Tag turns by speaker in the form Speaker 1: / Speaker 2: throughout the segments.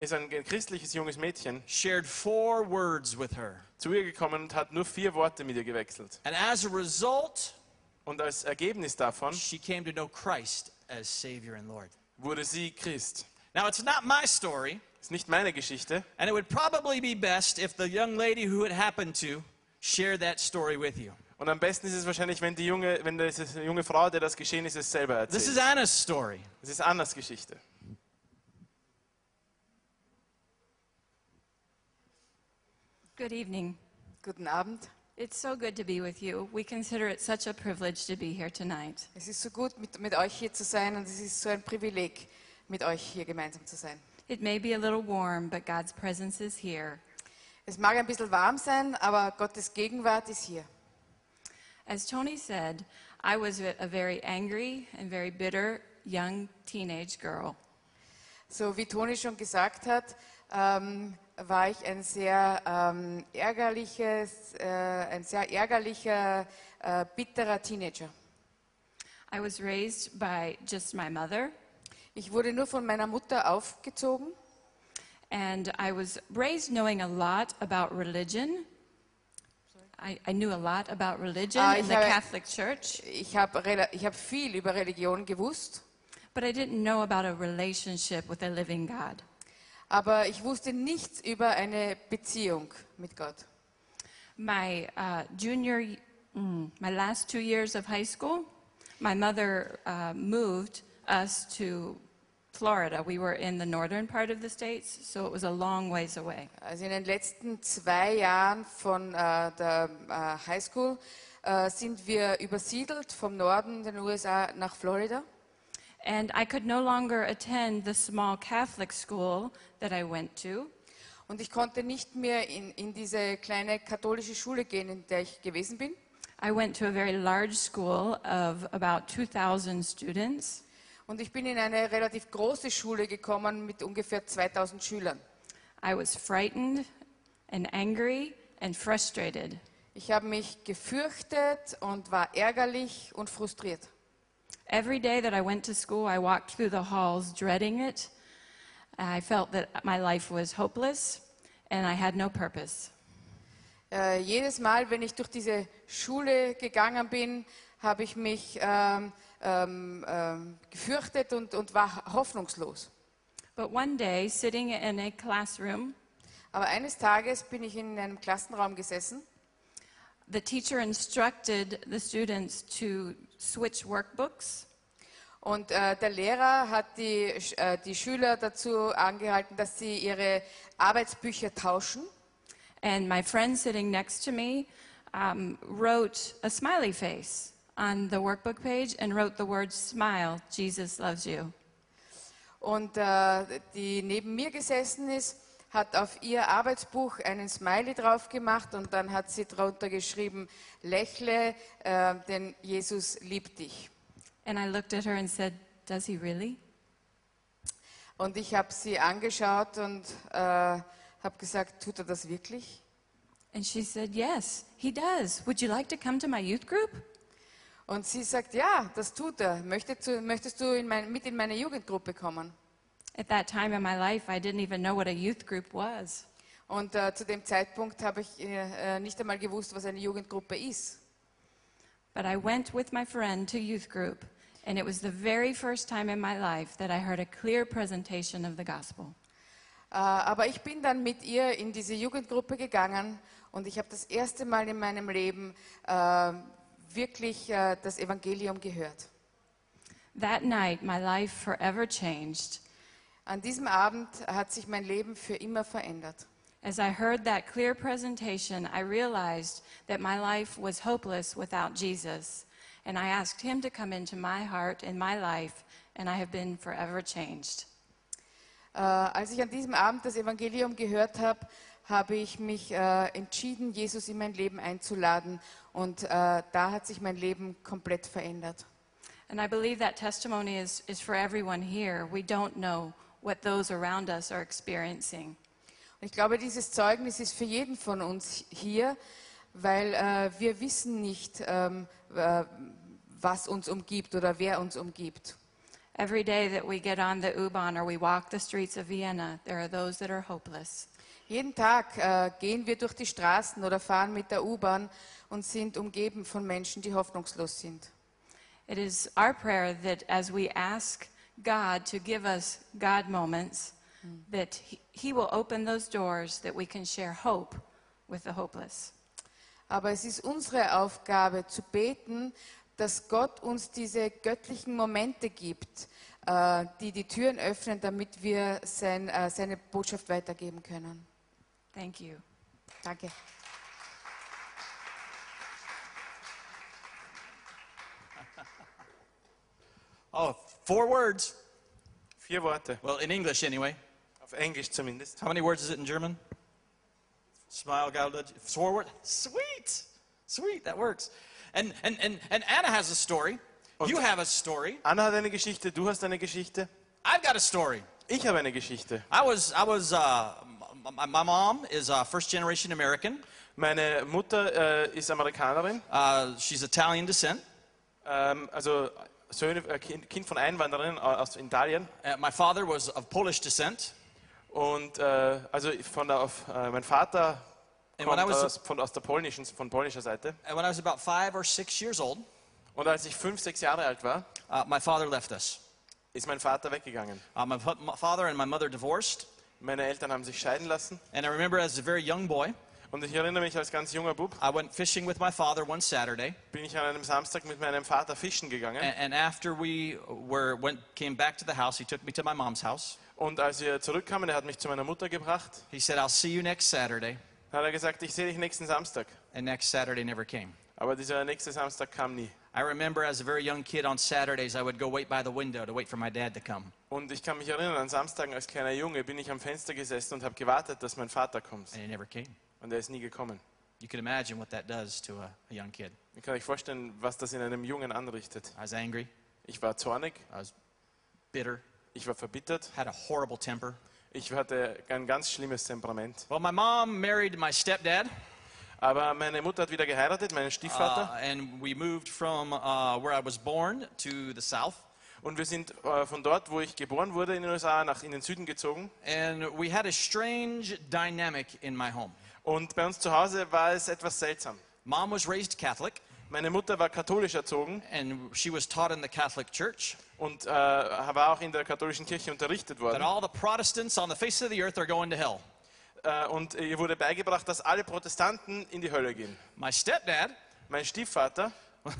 Speaker 1: ist ein christliches junges Mädchen
Speaker 2: shared four words with her.
Speaker 1: zu ihr gekommen und hat nur vier Worte mit ihr gewechselt.
Speaker 2: And as a result,
Speaker 1: Und als Ergebnis davon
Speaker 2: she came to know Christ as Savior and Lord.
Speaker 1: wurde sie Christ.
Speaker 2: Now, it's not my story,
Speaker 1: Ist nicht meine Geschichte.
Speaker 2: and it would probably be best if the young lady who it happened to shared that story with you.
Speaker 1: Und am besten ist es wahrscheinlich, wenn die junge, wenn das die junge Frau, der das geschehen ist, es selber
Speaker 2: This is
Speaker 1: erzählt.
Speaker 2: Anna's story.
Speaker 1: Es ist Annas Geschichte.
Speaker 3: Good evening.
Speaker 4: Guten Abend.
Speaker 3: It's so good to be with you. We consider it such a privilege to be here tonight.
Speaker 4: Es ist so gut, mit, mit euch hier zu sein und es ist so ein Privileg, mit euch hier gemeinsam zu sein.
Speaker 3: It may be a little warm, but God's presence is here.
Speaker 4: Es mag ein bisschen warm sein, aber Gottes Gegenwart ist hier.
Speaker 3: As Tony said, I was a a very angry and very bitter young teenage girl.
Speaker 4: So wie Toni schon gesagt hat, ähm, war ich ein sehr ähm, ärgerliches, äh, ein sehr ärgerlicher, äh, bitterer Teenager.
Speaker 3: I was raised by just my mother,
Speaker 4: Ich wurde nur von meiner Mutter aufgezogen
Speaker 3: and I was raised knowing a lot about religion. I, I knew a lot about religion
Speaker 4: Ah,
Speaker 3: in
Speaker 4: ich
Speaker 3: the
Speaker 4: habe-
Speaker 3: Catholic Church,
Speaker 4: Ich habe ich hab viel über Religion gewusst,
Speaker 3: but I didn't know about a relationship with a living God.
Speaker 4: aber ich wusste nichts über eine Beziehung mit Gott.
Speaker 3: My uh, junior, y- mm, my last two years of high school, my mother uh, moved us to Florida. We were in the northern part of the states, so it was a long ways away.
Speaker 4: Also in den letzten zwei Jahren von äh, der äh, Highschool äh, sind wir übersiedelt vom Norden der USA nach Florida.
Speaker 3: And I could no longer attend the small Catholic school that I went to.
Speaker 4: Und ich konnte nicht mehr in, in diese kleine katholische Schule gehen, in der ich gewesen bin.
Speaker 3: I went to a very large school of about 2,000 students,
Speaker 4: Und ich bin in eine relativ große Schule gekommen mit ungefähr 2000 Schülern.
Speaker 3: I was frightened and angry and frustrated.
Speaker 4: Ich habe mich gefürchtet und war ärgerlich und frustriert.
Speaker 3: Every day that I went to school, I walked through the halls dreading it. I felt that my life was hopeless and I had no purpose.
Speaker 4: Äh, jedes Mal, wenn ich durch diese Schule gegangen bin, habe ich mich ähm, ähm, ähm, gefürchtet und, und war hoffnungslos.
Speaker 3: But one day, sitting in a classroom,
Speaker 4: Aber eines Tages bin ich in einem Klassenraum gesessen
Speaker 3: the teacher instructed the students to switch workbooks.
Speaker 4: und äh, der Lehrer hat die, Sch- äh, die Schüler dazu angehalten, dass sie ihre Arbeitsbücher tauschen.
Speaker 3: And my friend sitting next to me um, wrote a smiley face on the workbook page and wrote the word smile, Jesus loves you.
Speaker 4: Und äh, die neben mir gesessen ist, hat auf ihr Arbeitsbuch einen Smiley drauf gemacht und dann hat sie darunter geschrieben, lächle, äh, denn Jesus liebt dich.
Speaker 3: And I looked at her and said, Does he really?
Speaker 4: Und ich habe sie angeschaut und äh, habe gesagt, tut er das wirklich?
Speaker 3: And she said, Yes, he does. Would you like to come to my youth group?
Speaker 4: Und sie sagt, ja, das tut er. Möchtest du, möchtest du in mein, mit in meine Jugendgruppe kommen?
Speaker 3: At that time in my life, I didn't even know what a youth group was.
Speaker 4: Und äh, zu dem Zeitpunkt habe ich äh, äh, nicht einmal gewusst, was eine Jugendgruppe ist.
Speaker 3: But I went with my friend to youth group, and it was the very first time in my life that I heard a clear presentation of the gospel.
Speaker 4: Äh, aber ich bin dann mit ihr in diese Jugendgruppe gegangen und ich habe das erste Mal in meinem Leben äh, wirklich äh, das Evangelium gehört.
Speaker 3: That night, my life forever changed.
Speaker 4: An diesem Abend hat sich mein Leben für immer verändert.
Speaker 3: As I heard that clear presentation, I realized that my life was hopeless without Jesus. And I asked him to come into my heart and my life, and I have been forever changed.
Speaker 4: Äh, als ich an diesem Abend das Evangelium gehört habe, habe ich mich äh, entschieden, Jesus in mein Leben einzuladen. Und äh, da hat sich mein Leben komplett verändert.
Speaker 3: And I believe that testimony is, is for everyone here. We don't know what those around us are experiencing.
Speaker 4: Und ich glaube, dieses Zeugnis ist für jeden von uns hier, weil äh, wir wissen nicht, ähm, äh, was uns umgibt oder wer uns umgibt.
Speaker 3: Every day that we get on the U-Bahn or we walk the streets of Vienna, there are those that are hopeless.
Speaker 4: Jeden Tag äh, gehen wir durch die Straßen oder fahren mit der U-Bahn und sind umgeben von Menschen, die hoffnungslos sind.
Speaker 3: It is our prayer that as we ask God to give us God moments, that He- He will open those doors that we can share hope with the hopeless.
Speaker 4: Aber es ist unsere Aufgabe zu beten, dass Gott uns diese göttlichen Momente gibt, äh, die die Türen öffnen, damit wir sein, äh, seine Botschaft weitergeben können.
Speaker 3: Thank you.
Speaker 4: Danke.
Speaker 2: Oh, four words.
Speaker 1: Vier Worte,
Speaker 2: Well, in English anyway.
Speaker 1: auf Englisch zumindest.
Speaker 2: How many words is it in German? Smile, Gaudel, four words. Sweet, sweet, that works. And and and and Anna has a story. You have a story.
Speaker 1: Anna hat eine Geschichte, du hast eine Geschichte,
Speaker 2: I've got a story.
Speaker 1: ich habe eine Geschichte.
Speaker 2: I was I was uh, m- m- my mom is a first generation American.
Speaker 1: Meine Mutter äh, ist Amerikanerin,
Speaker 2: Uh, she's Italian descent.
Speaker 1: ähm, also Söhne, äh, kind, kind von Einwanderern äh, aus Italien.
Speaker 2: Uh, my father was of Polish descent.
Speaker 1: Und äh, also von der, auf, äh, mein Vater
Speaker 2: And
Speaker 1: kommt
Speaker 2: when I was
Speaker 1: aus, von, aus der polnischen, von polnischer Seite.
Speaker 2: and when I was about five or six years old,
Speaker 1: Und als ich fünf, sechs Jahre alt war,
Speaker 2: uh, my father left us.
Speaker 1: ist mein Vater weggegangen.
Speaker 2: Uh, my, fa- my father and my mother divorced.
Speaker 1: Meine Eltern haben sich scheiden lassen.
Speaker 2: And I remember as a very young boy,
Speaker 1: Und ich erinnere mich, als ganz junger Bub
Speaker 2: I went fishing with my father one Saturday.
Speaker 1: bin ich an einem Samstag mit meinem Vater fischen gegangen.
Speaker 2: And, and after we were went came back to the house, he took me to my mom's house.
Speaker 1: Und als wir zurückkamen, er hat mich zu meiner Mutter gebracht.
Speaker 2: He said, "I'll see you next Saturday."
Speaker 1: Dann hat er gesagt, ich sehe dich nächsten Samstag.
Speaker 2: And next Saturday never came.
Speaker 1: Aber dieser nächste Samstag kam nie.
Speaker 2: I remember as a very young kid on Saturdays, I would go wait by the window to wait for my dad to come.
Speaker 1: Und ich kann mich erinnern, an Samstagen als kleiner Junge bin ich am Fenster gesessen und habe gewartet, dass mein Vater kommt.
Speaker 2: And he never came.
Speaker 1: Und er ist nie gekommen.
Speaker 2: You can imagine what that does to a, a young kid.
Speaker 1: Ich kann euch vorstellen, was das in einem Jungen anrichtet.
Speaker 2: I was angry.
Speaker 1: Ich war zornig,
Speaker 2: I was bitter.
Speaker 1: ich war verbittert,
Speaker 2: Had a horrible temper.
Speaker 1: ich hatte ein ganz schlimmes Temperament.
Speaker 2: Well, my mom married my stepdad,
Speaker 1: Aber meine Mutter hat wieder geheiratet, meinen Stiefvater.
Speaker 2: uh, and we moved from uh, where I was born to the south.
Speaker 1: Und wir sind äh, von dort, wo ich geboren wurde in den USA, nach in den Süden gezogen.
Speaker 2: And we had a strange dynamic in my home.
Speaker 1: Und bei uns zu Hause war es etwas seltsam.
Speaker 2: Mom was raised Catholic,
Speaker 1: Meine Mutter war katholisch erzogen
Speaker 2: and she was taught in the Catholic Church
Speaker 1: und äh, war auch in der katholischen Kirche unterrichtet
Speaker 2: that
Speaker 1: worden.
Speaker 2: all the Protestants on the face of the earth are going to hell.
Speaker 1: Äh, und ihr wurde beigebracht, dass alle Protestanten in die Hölle gehen.
Speaker 2: My stepdad
Speaker 1: Mein Stiefvater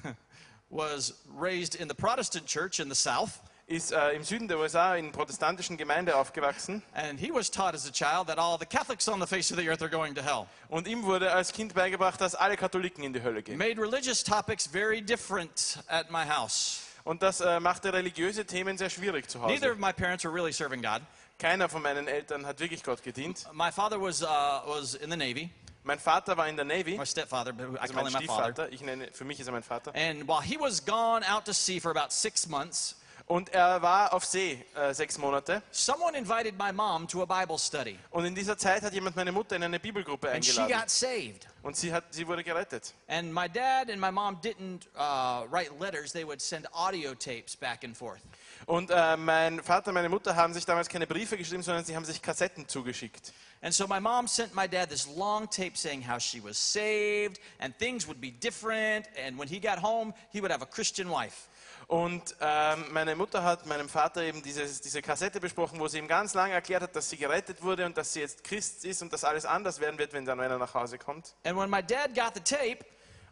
Speaker 2: was raised in the Protestant Church in the South,
Speaker 1: ist äh, im Süden der USA in protestantischen Gemeinde aufgewachsen
Speaker 2: and he was taught as a child that all the Catholics on the face of the earth are going to hell.
Speaker 1: und ihm wurde als Kind beigebracht, dass alle Katholiken in die Hölle gehen.
Speaker 2: Made religious topics very different at my house.
Speaker 1: Und das äh, machte religiöse Themen sehr schwierig zu
Speaker 2: Neither
Speaker 1: Hause.
Speaker 2: of my parents were really serving God.
Speaker 1: Keiner von meinen Eltern hat wirklich Gott gedient.
Speaker 2: My father was uh, was in the Navy.
Speaker 1: Mein Vater war in der Navy.
Speaker 2: My stepfather, but I
Speaker 1: Also
Speaker 2: call
Speaker 1: mein
Speaker 2: him my father.
Speaker 1: Stiefvater, ich nenne, für mich ist er mein Vater.
Speaker 2: And while he was gone out to sea for about six months,
Speaker 1: Und er war auf See äh, sechs Monate.
Speaker 2: someone invited my mom to a Bible study,
Speaker 1: Und in dieser Zeit hat jemand meine Mutter in eine Bibelgruppe
Speaker 2: and she
Speaker 1: eingeladen.
Speaker 2: got saved.
Speaker 1: Und sie, hat, sie wurde gerettet.
Speaker 2: And my dad and my mom didn't uh, write letters; they would send audio tapes back and forth.
Speaker 1: Und äh, mein Vater und meine Mutter haben sich damals keine Briefe geschrieben, sondern sie haben sich Kassetten zugeschickt.
Speaker 2: And so my mom sent my dad this long tape saying how she was saved and things would be different. And when he got home, he would have a Christian wife.
Speaker 1: Und ähm, meine Mutter hat meinem Vater eben dieses, diese Kassette besprochen, wo sie ihm ganz lange erklärt hat, dass sie gerettet wurde und dass sie jetzt Christ ist und dass alles anders werden wird, wenn dann einer nach Hause kommt.
Speaker 2: And when my dad got the tape,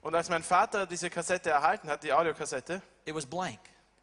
Speaker 1: Und als mein Vater diese Kassette erhalten hat, die Audiokassette,
Speaker 2: it was blank.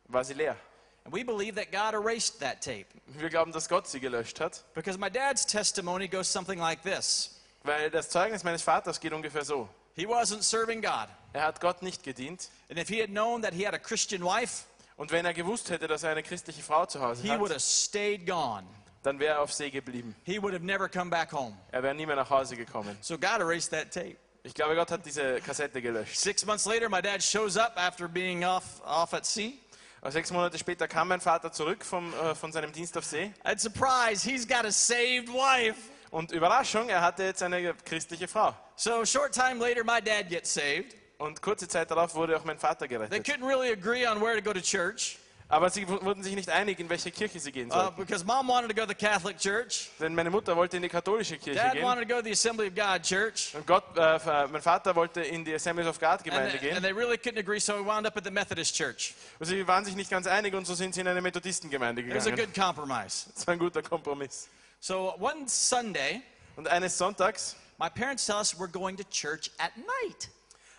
Speaker 1: war sie leer.
Speaker 2: And we believe that God erased that tape
Speaker 1: Wir glauben, dass Gott sie gelöscht hat,
Speaker 2: because my dad's testimony goes something like this
Speaker 1: weil das Zeugnis meines Vaters geht ungefähr so.
Speaker 2: He wasn't serving God.
Speaker 1: Er hat Gott nicht gedient.
Speaker 2: And if he had known that he had a Christian wife,
Speaker 1: Und wenn er gewusst hätte, dass er eine christliche Frau zu Hause
Speaker 2: he would
Speaker 1: hat,
Speaker 2: have stayed gone.
Speaker 1: dann wäre er auf See geblieben.
Speaker 2: He would have never come back home.
Speaker 1: Er wäre nie mehr nach Hause gekommen.
Speaker 2: So God erased that tape.
Speaker 1: Ich glaube, Gott hat diese Kassette gelöscht.
Speaker 2: Six months later, my dad shows up after being off, off at sea.
Speaker 1: Aber Sechs Monate später kam mein Vater zurück vom, äh, von seinem Dienst auf See.
Speaker 2: And surprise, he's got a saved wife.
Speaker 1: Und Überraschung, er hatte jetzt eine christliche Frau.
Speaker 2: So a short time later, my dad gets saved.
Speaker 1: Und kurze Zeit darauf wurde auch mein Vater
Speaker 2: They
Speaker 1: gerettet.
Speaker 2: couldn't really agree on where to go to church.
Speaker 1: Aber sie w- wurden sich nicht einig, in welche Kirche sie gehen
Speaker 2: Uh,
Speaker 1: sollten.
Speaker 2: because mom wanted to go to the Catholic Church,
Speaker 1: Denn meine Mutter wollte in die katholische Kirche
Speaker 2: dad
Speaker 1: gehen.
Speaker 2: wanted to go to the Assembly of God Church,
Speaker 1: Und Gott, äh, f- mein Vater wollte in die Assemblies of God
Speaker 2: and
Speaker 1: Gemeinde
Speaker 2: they, and
Speaker 1: gehen.
Speaker 2: they really couldn't agree, so we wound up at the Methodist Church.
Speaker 1: Und sie waren sich nicht ganz einig und so sind sie in eine Methodistengemeinde
Speaker 2: It was a
Speaker 1: gegangen.
Speaker 2: good compromise.
Speaker 1: Das war ein guter Kompromiss.
Speaker 2: So one Sunday,
Speaker 1: Und eines Sonntags
Speaker 2: my parents tell us we're going to church at night,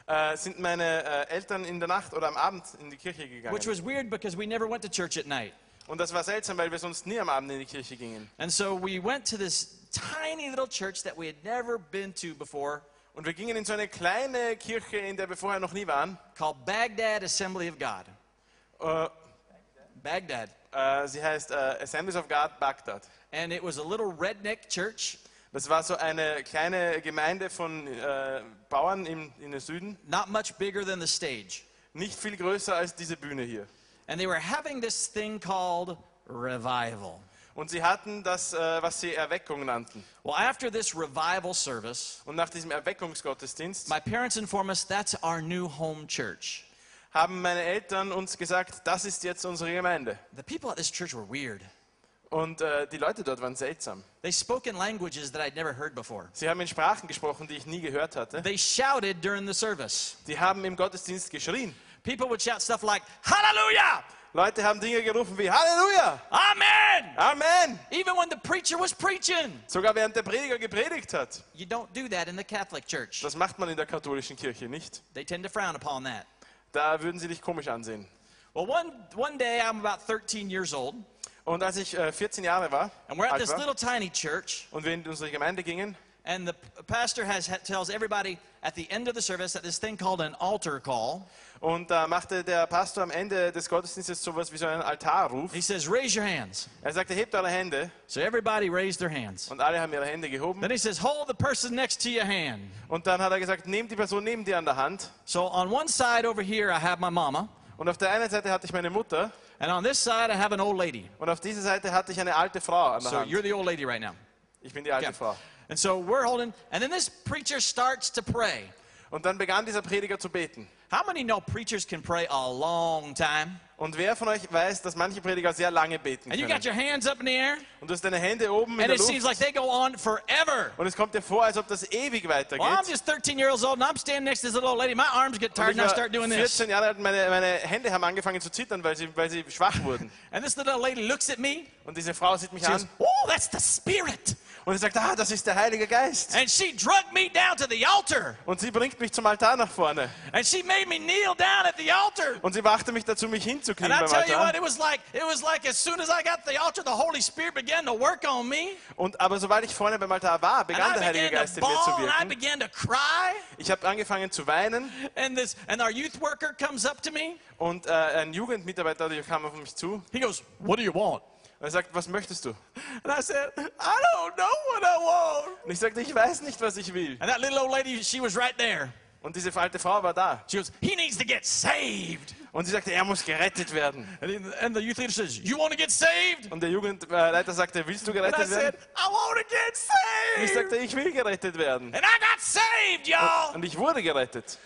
Speaker 1: äh, sind meine äh, Eltern in der Nacht oder am Abend in die Kirche
Speaker 2: which
Speaker 1: gegangen.
Speaker 2: was weird because we never went to church at night.
Speaker 1: Und das war seltsam, weil wir sonst nie am Abend in die Kirche gingen.
Speaker 2: And so we went to this tiny little church that we had never been to before
Speaker 1: Und wir gingen in so eine kleine Kirche, in der wir vorher noch nie waren.
Speaker 2: called Baghdad Assembly of God.
Speaker 1: Äh,
Speaker 2: Baghdad.
Speaker 1: äh, sie heißt äh, Assemblies of God Baghdad.
Speaker 2: And it was a little redneck church,
Speaker 1: Das war so eine kleine Gemeinde von äh, Bauern im, in den Süden,
Speaker 2: not much bigger than the stage.
Speaker 1: nicht viel größer als diese Bühne hier.
Speaker 2: And they were having this thing called revival.
Speaker 1: Und sie hatten das, äh, was sie Erweckung nannten.
Speaker 2: Well, after this revival service,
Speaker 1: Und nach diesem Erweckungsgottesdienst
Speaker 2: my parents inform us that's our new home church.
Speaker 1: haben meine Eltern uns gesagt, das ist jetzt unsere Gemeinde.
Speaker 2: The people at this church were weird.
Speaker 1: Und äh, die Leute dort waren seltsam.
Speaker 2: They spoke in languages that I'd never heard before.
Speaker 1: Sie haben in Sprachen gesprochen, die ich nie gehört hatte.
Speaker 2: They shouted during the service.
Speaker 1: Die haben im Gottesdienst geschrien.
Speaker 2: People would shout stuff like, Hallelujah!
Speaker 1: Leute haben Dinge gerufen wie Halleluja,
Speaker 2: Amen!
Speaker 1: Amen.
Speaker 2: Even when the preacher was preaching.
Speaker 1: Sogar während der Prediger gepredigt hat.
Speaker 2: You don't do that in the Catholic Church.
Speaker 1: Das macht man in der katholischen Kirche nicht.
Speaker 2: They tend to frown upon that.
Speaker 1: Da würden sie dich komisch ansehen.
Speaker 2: Well, one, one day I'm about 13 years old,
Speaker 1: Und als ich äh, 14 Jahre war,
Speaker 2: and we're at
Speaker 1: alt
Speaker 2: this
Speaker 1: war
Speaker 2: little tiny church,
Speaker 1: und wir in unsere Gemeinde gingen,
Speaker 2: and the p- pastor has, ha- tells everybody at the end of the service that this thing called an altar call.
Speaker 1: und da machte der Pastor am Ende des Gottesdienstes sowas wie so einen Altarruf.
Speaker 2: He says, Raise your hands.
Speaker 1: Er sagte, hebt eure Hände.
Speaker 2: So everybody raised their hands.
Speaker 1: Und alle haben ihre Hände gehoben.
Speaker 2: Then he says, Hold the person next to your hand.
Speaker 1: Und dann hat er gesagt, nehmt die Person neben dir an der Hand.
Speaker 2: So on one side over here, I have my mama,
Speaker 1: Und auf der einen Seite hatte ich meine Mutter
Speaker 2: and on this side, I have an old lady.
Speaker 1: und auf dieser Seite hatte ich eine alte Frau an der
Speaker 2: So
Speaker 1: Hand.
Speaker 2: you're the old lady right now.
Speaker 1: Ich bin die alte
Speaker 2: Yeah.
Speaker 1: Frau.
Speaker 2: And so we're holding, and then this preacher starts to pray.
Speaker 1: Und dann begann dieser Prediger zu beten.
Speaker 2: How many know preachers can pray a long time?
Speaker 1: Und wer von euch weiß, dass manche Prediger sehr lange beten
Speaker 2: And you
Speaker 1: können?
Speaker 2: got your hands up in the air,
Speaker 1: Und du hast deine Hände oben in
Speaker 2: and
Speaker 1: der
Speaker 2: it seems
Speaker 1: Luft
Speaker 2: like they go on forever.
Speaker 1: und es kommt dir vor, als ob das ewig
Speaker 2: Well, I'm
Speaker 1: weitergeht.
Speaker 2: just 13 years old, and I'm standing next to this little old lady. My arms get tired,
Speaker 1: Und
Speaker 2: and I
Speaker 1: ich
Speaker 2: start doing
Speaker 1: war
Speaker 2: this.
Speaker 1: 14 Jahre alt, und meine, meine Hände haben angefangen zu zittern, weil sie, weil sie schwach wurden.
Speaker 2: And this little lady looks at me.
Speaker 1: Und diese Frau sieht mich
Speaker 2: She goes,
Speaker 1: an
Speaker 2: Oh, that's the Spirit.
Speaker 1: und sie sagt, ah, das ist der Heilige Geist.
Speaker 2: And she drug me down to the altar,
Speaker 1: Und sie bringt mich zum Altar nach vorne.
Speaker 2: and she made me kneel down at the altar.
Speaker 1: Und sie brachte mich dazu, mich hinzuknien
Speaker 2: And I
Speaker 1: beim
Speaker 2: tell you what,
Speaker 1: Altar.
Speaker 2: it was like it was like as soon as I got to the altar, the Holy Spirit began to work on me.
Speaker 1: Und aber sobald ich vorne beim Altar war,
Speaker 2: And
Speaker 1: begann der
Speaker 2: I
Speaker 1: Heilige
Speaker 2: began
Speaker 1: Geist in
Speaker 2: to
Speaker 1: mir zu
Speaker 2: bawl and I
Speaker 1: wirken.
Speaker 2: began to cry.
Speaker 1: Ich habe angefangen zu weinen
Speaker 2: And this and our youth worker comes up to me.
Speaker 1: und äh, ein Jugendmitarbeiter der kam auf mich zu und
Speaker 2: He goes, What do you want?
Speaker 1: er sagt, was möchtest du?
Speaker 2: And I said, I don't know what I want.
Speaker 1: Und ich sagte, ich weiß nicht, was ich will.
Speaker 2: And that little old lady, she was right there.
Speaker 1: Und diese alte Frau war da.
Speaker 2: She goes, He needs to get saved.
Speaker 1: Und sie sagte, er muss gerettet werden.
Speaker 2: And, then- and the youth leader says, You want to get saved?
Speaker 1: Und der Jugendleiter sagte, willst du
Speaker 2: And I
Speaker 1: gerettet
Speaker 2: said,
Speaker 1: werden?
Speaker 2: I want to get
Speaker 1: Und ich sagte,
Speaker 2: saved.
Speaker 1: ich will gerettet werden.
Speaker 2: And I got saved, y'all.
Speaker 1: Und ich wurde gerettet.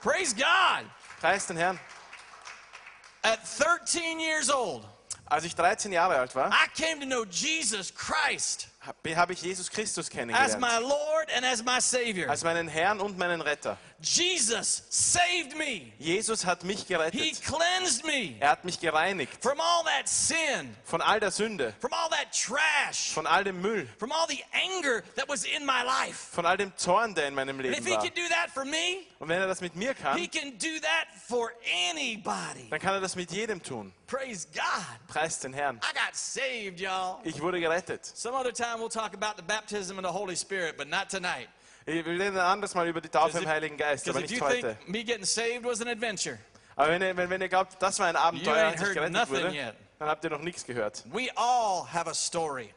Speaker 2: Praise God.
Speaker 1: Preis den Herrn.
Speaker 2: At 13 years old,
Speaker 1: Als ich 13 Jahre alt war,
Speaker 2: I came to know Jesus Christ
Speaker 1: habe hab ich Jesus Christus
Speaker 2: as
Speaker 1: kennengelernt.
Speaker 2: my Lord and as my Savior.
Speaker 1: Als meinen Herrn und meinen Retter.
Speaker 2: Jesus saved me.
Speaker 1: Jesus hat mich
Speaker 2: He
Speaker 1: gerettet.
Speaker 2: cleansed me
Speaker 1: Er hat mich gereinigt
Speaker 2: from all that sin,
Speaker 1: von all der Sünde,
Speaker 2: from all that trash,
Speaker 1: von all dem Müll,
Speaker 2: from all the anger that was in my life.
Speaker 1: von all dem Zorn, der in meinem
Speaker 2: And if
Speaker 1: Leben
Speaker 2: he
Speaker 1: war.
Speaker 2: can do that for me,
Speaker 1: Und wenn er das mit mir
Speaker 2: he
Speaker 1: kann,
Speaker 2: can do that for anybody.
Speaker 1: dann kann er das mit jedem tun.
Speaker 2: Praise God.
Speaker 1: Preis den Herrn.
Speaker 2: I got saved, y'all.
Speaker 1: Ich wurde gerettet.
Speaker 2: Some other time we'll talk about the baptism of the Holy Spirit, but not tonight.
Speaker 1: Wir reden ein anderes Mal über die Taufe im Heiligen Geist,
Speaker 2: Because
Speaker 1: aber
Speaker 2: if you
Speaker 1: nicht heute.
Speaker 2: think me getting saved was an adventure,
Speaker 1: Aber wenn ihr, wenn, wenn ihr glaubt, das war ein
Speaker 2: You
Speaker 1: Abenteuer,
Speaker 2: ain't
Speaker 1: als ich
Speaker 2: heard
Speaker 1: gerettet
Speaker 2: nothing
Speaker 1: wurde,
Speaker 2: yet.
Speaker 1: dann habt ihr noch nichts gehört.
Speaker 2: we all have a story.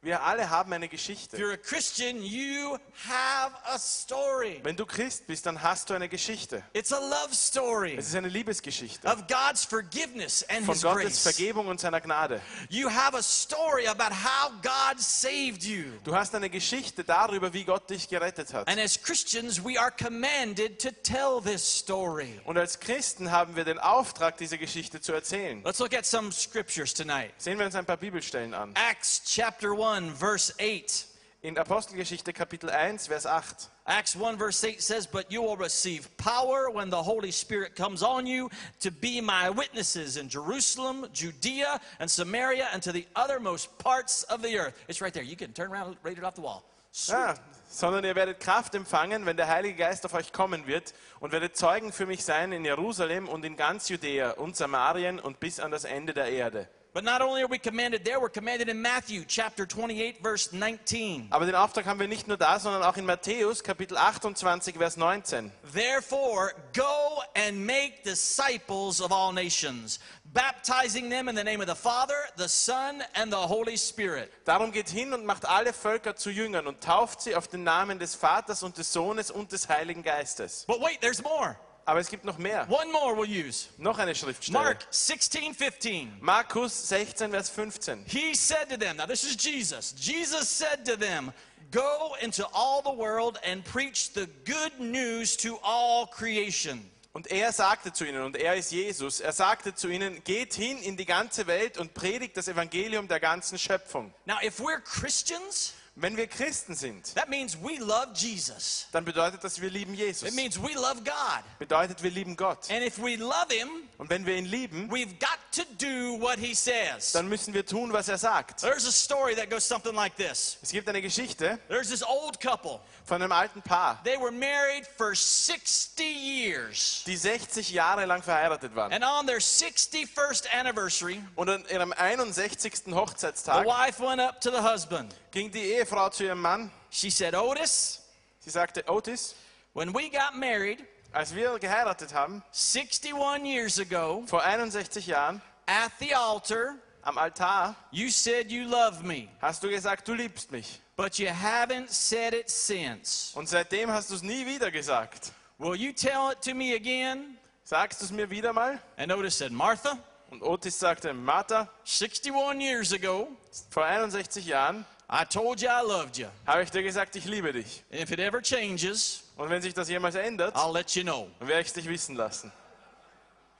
Speaker 1: Wir- Wir alle haben eine Geschichte.
Speaker 2: If you're a Christian, you have a story.
Speaker 1: Wenn du Christ bist, dann hast du eine Geschichte.
Speaker 2: It's a love story
Speaker 1: Es ist eine Liebesgeschichte
Speaker 2: of God's forgiveness and
Speaker 1: von
Speaker 2: His
Speaker 1: Gottes
Speaker 2: grace.
Speaker 1: Vergebung und seiner Gnade.
Speaker 2: You have a story about how God saved you.
Speaker 1: Du hast eine Geschichte darüber, wie Gott dich gerettet hat.
Speaker 2: And as Christians, we are commanded to tell this story.
Speaker 1: Und als Christen haben wir den Auftrag, diese Geschichte zu erzählen.
Speaker 2: Let's look at some scriptures tonight.
Speaker 1: Sehen wir uns ein paar Bibelstellen an.
Speaker 2: Acts chapter 1, verse 8.
Speaker 1: In Apostelgeschichte Kapitel 1, Vers 8.
Speaker 2: Acts 1, verse 8 says, But you will receive power when the Holy Spirit comes on you to be my witnesses in Jerusalem, Judea, and Samaria, and to the uttermost parts of the earth. It's right there. You can turn around and read it off the wall.
Speaker 1: Ah, sondern ihr werdet Kraft empfangen, wenn der Heilige Geist auf euch kommen wird und werdet Zeugen für mich sein in Jerusalem und in ganz Judäa und Samarien und bis an das Ende der Erde.
Speaker 2: But not only are we commanded there, we're commanded in Matthew chapter 28, verse 19.
Speaker 1: Aber den Auftrag haben wir nicht nur da, sondern auch in Matthäus Kapitel 28, Vers 19.
Speaker 2: Therefore, go and make disciples of all nations, baptizing them in the name of the Father, the Son, and the Holy Spirit.
Speaker 1: Darum geht hin und macht alle Völker zu Jüngern und tauft sie auf den Namen des Vaters und des Sohnes und des Heiligen Geistes.
Speaker 2: But wait, there's more.
Speaker 1: Aber es gibt noch mehr.
Speaker 2: One more we'll use.
Speaker 1: Noch eine Schriftstelle.
Speaker 2: Mark 16, 15.
Speaker 1: Markus 16, Vers 15.
Speaker 2: He said to them, now this is Jesus. Jesus said to them, Go into all the world and preach the good news to all creation.
Speaker 1: Und er sagte zu ihnen, und er ist Jesus, er sagte zu ihnen, geht hin in die ganze Welt und predigt das Evangelium der ganzen Schöpfung.
Speaker 2: Now, if we're Christians,
Speaker 1: Wenn wir Christen sind,
Speaker 2: that means we love Jesus.
Speaker 1: dann bedeutet das, wir lieben Jesus.
Speaker 2: It means we love God.
Speaker 1: Bedeutet, wir lieben Gott.
Speaker 2: And if we love Him,
Speaker 1: Und wenn wir ihn lieben,
Speaker 2: we've got to do what He says.
Speaker 1: dann müssen wir tun, was er sagt.
Speaker 2: There's a story that goes something like this
Speaker 1: Es gibt eine Geschichte
Speaker 2: There's this old couple,
Speaker 1: von einem alten Paar,
Speaker 2: they were married for 60 years.
Speaker 1: die 60 Jahre lang verheiratet waren.
Speaker 2: And on their 61st anniversary,
Speaker 1: Und an ihrem 61.
Speaker 2: the
Speaker 1: Hochzeitstag
Speaker 2: wife went up to the husband.
Speaker 1: ging die Ehefrau zu ihrem Mann.
Speaker 2: She said, Otis,
Speaker 1: Sie sagte, Otis,
Speaker 2: when we got married
Speaker 1: als wir geheiratet haben,
Speaker 2: 61 years ago
Speaker 1: vor 61 Jahren,
Speaker 2: at the altar,
Speaker 1: am Altar,
Speaker 2: you said you loved me,
Speaker 1: hast du gesagt, du liebst mich.
Speaker 2: but you haven't said it since.
Speaker 1: Und seitdem hast du es nie wieder gesagt.
Speaker 2: Will you tell it to me again?
Speaker 1: Sagst du es mir wieder mal?
Speaker 2: And Otis said, Martha,
Speaker 1: Und Otis sagte, Martha,
Speaker 2: 61 years ago,
Speaker 1: vor 61 Jahren
Speaker 2: I told you I loved you.
Speaker 1: habe ich dir gesagt, ich liebe dich.
Speaker 2: And if it ever changes,
Speaker 1: Und wenn sich das jemals ändert,
Speaker 2: I'll let you know.
Speaker 1: dann werde ich es dich wissen lassen.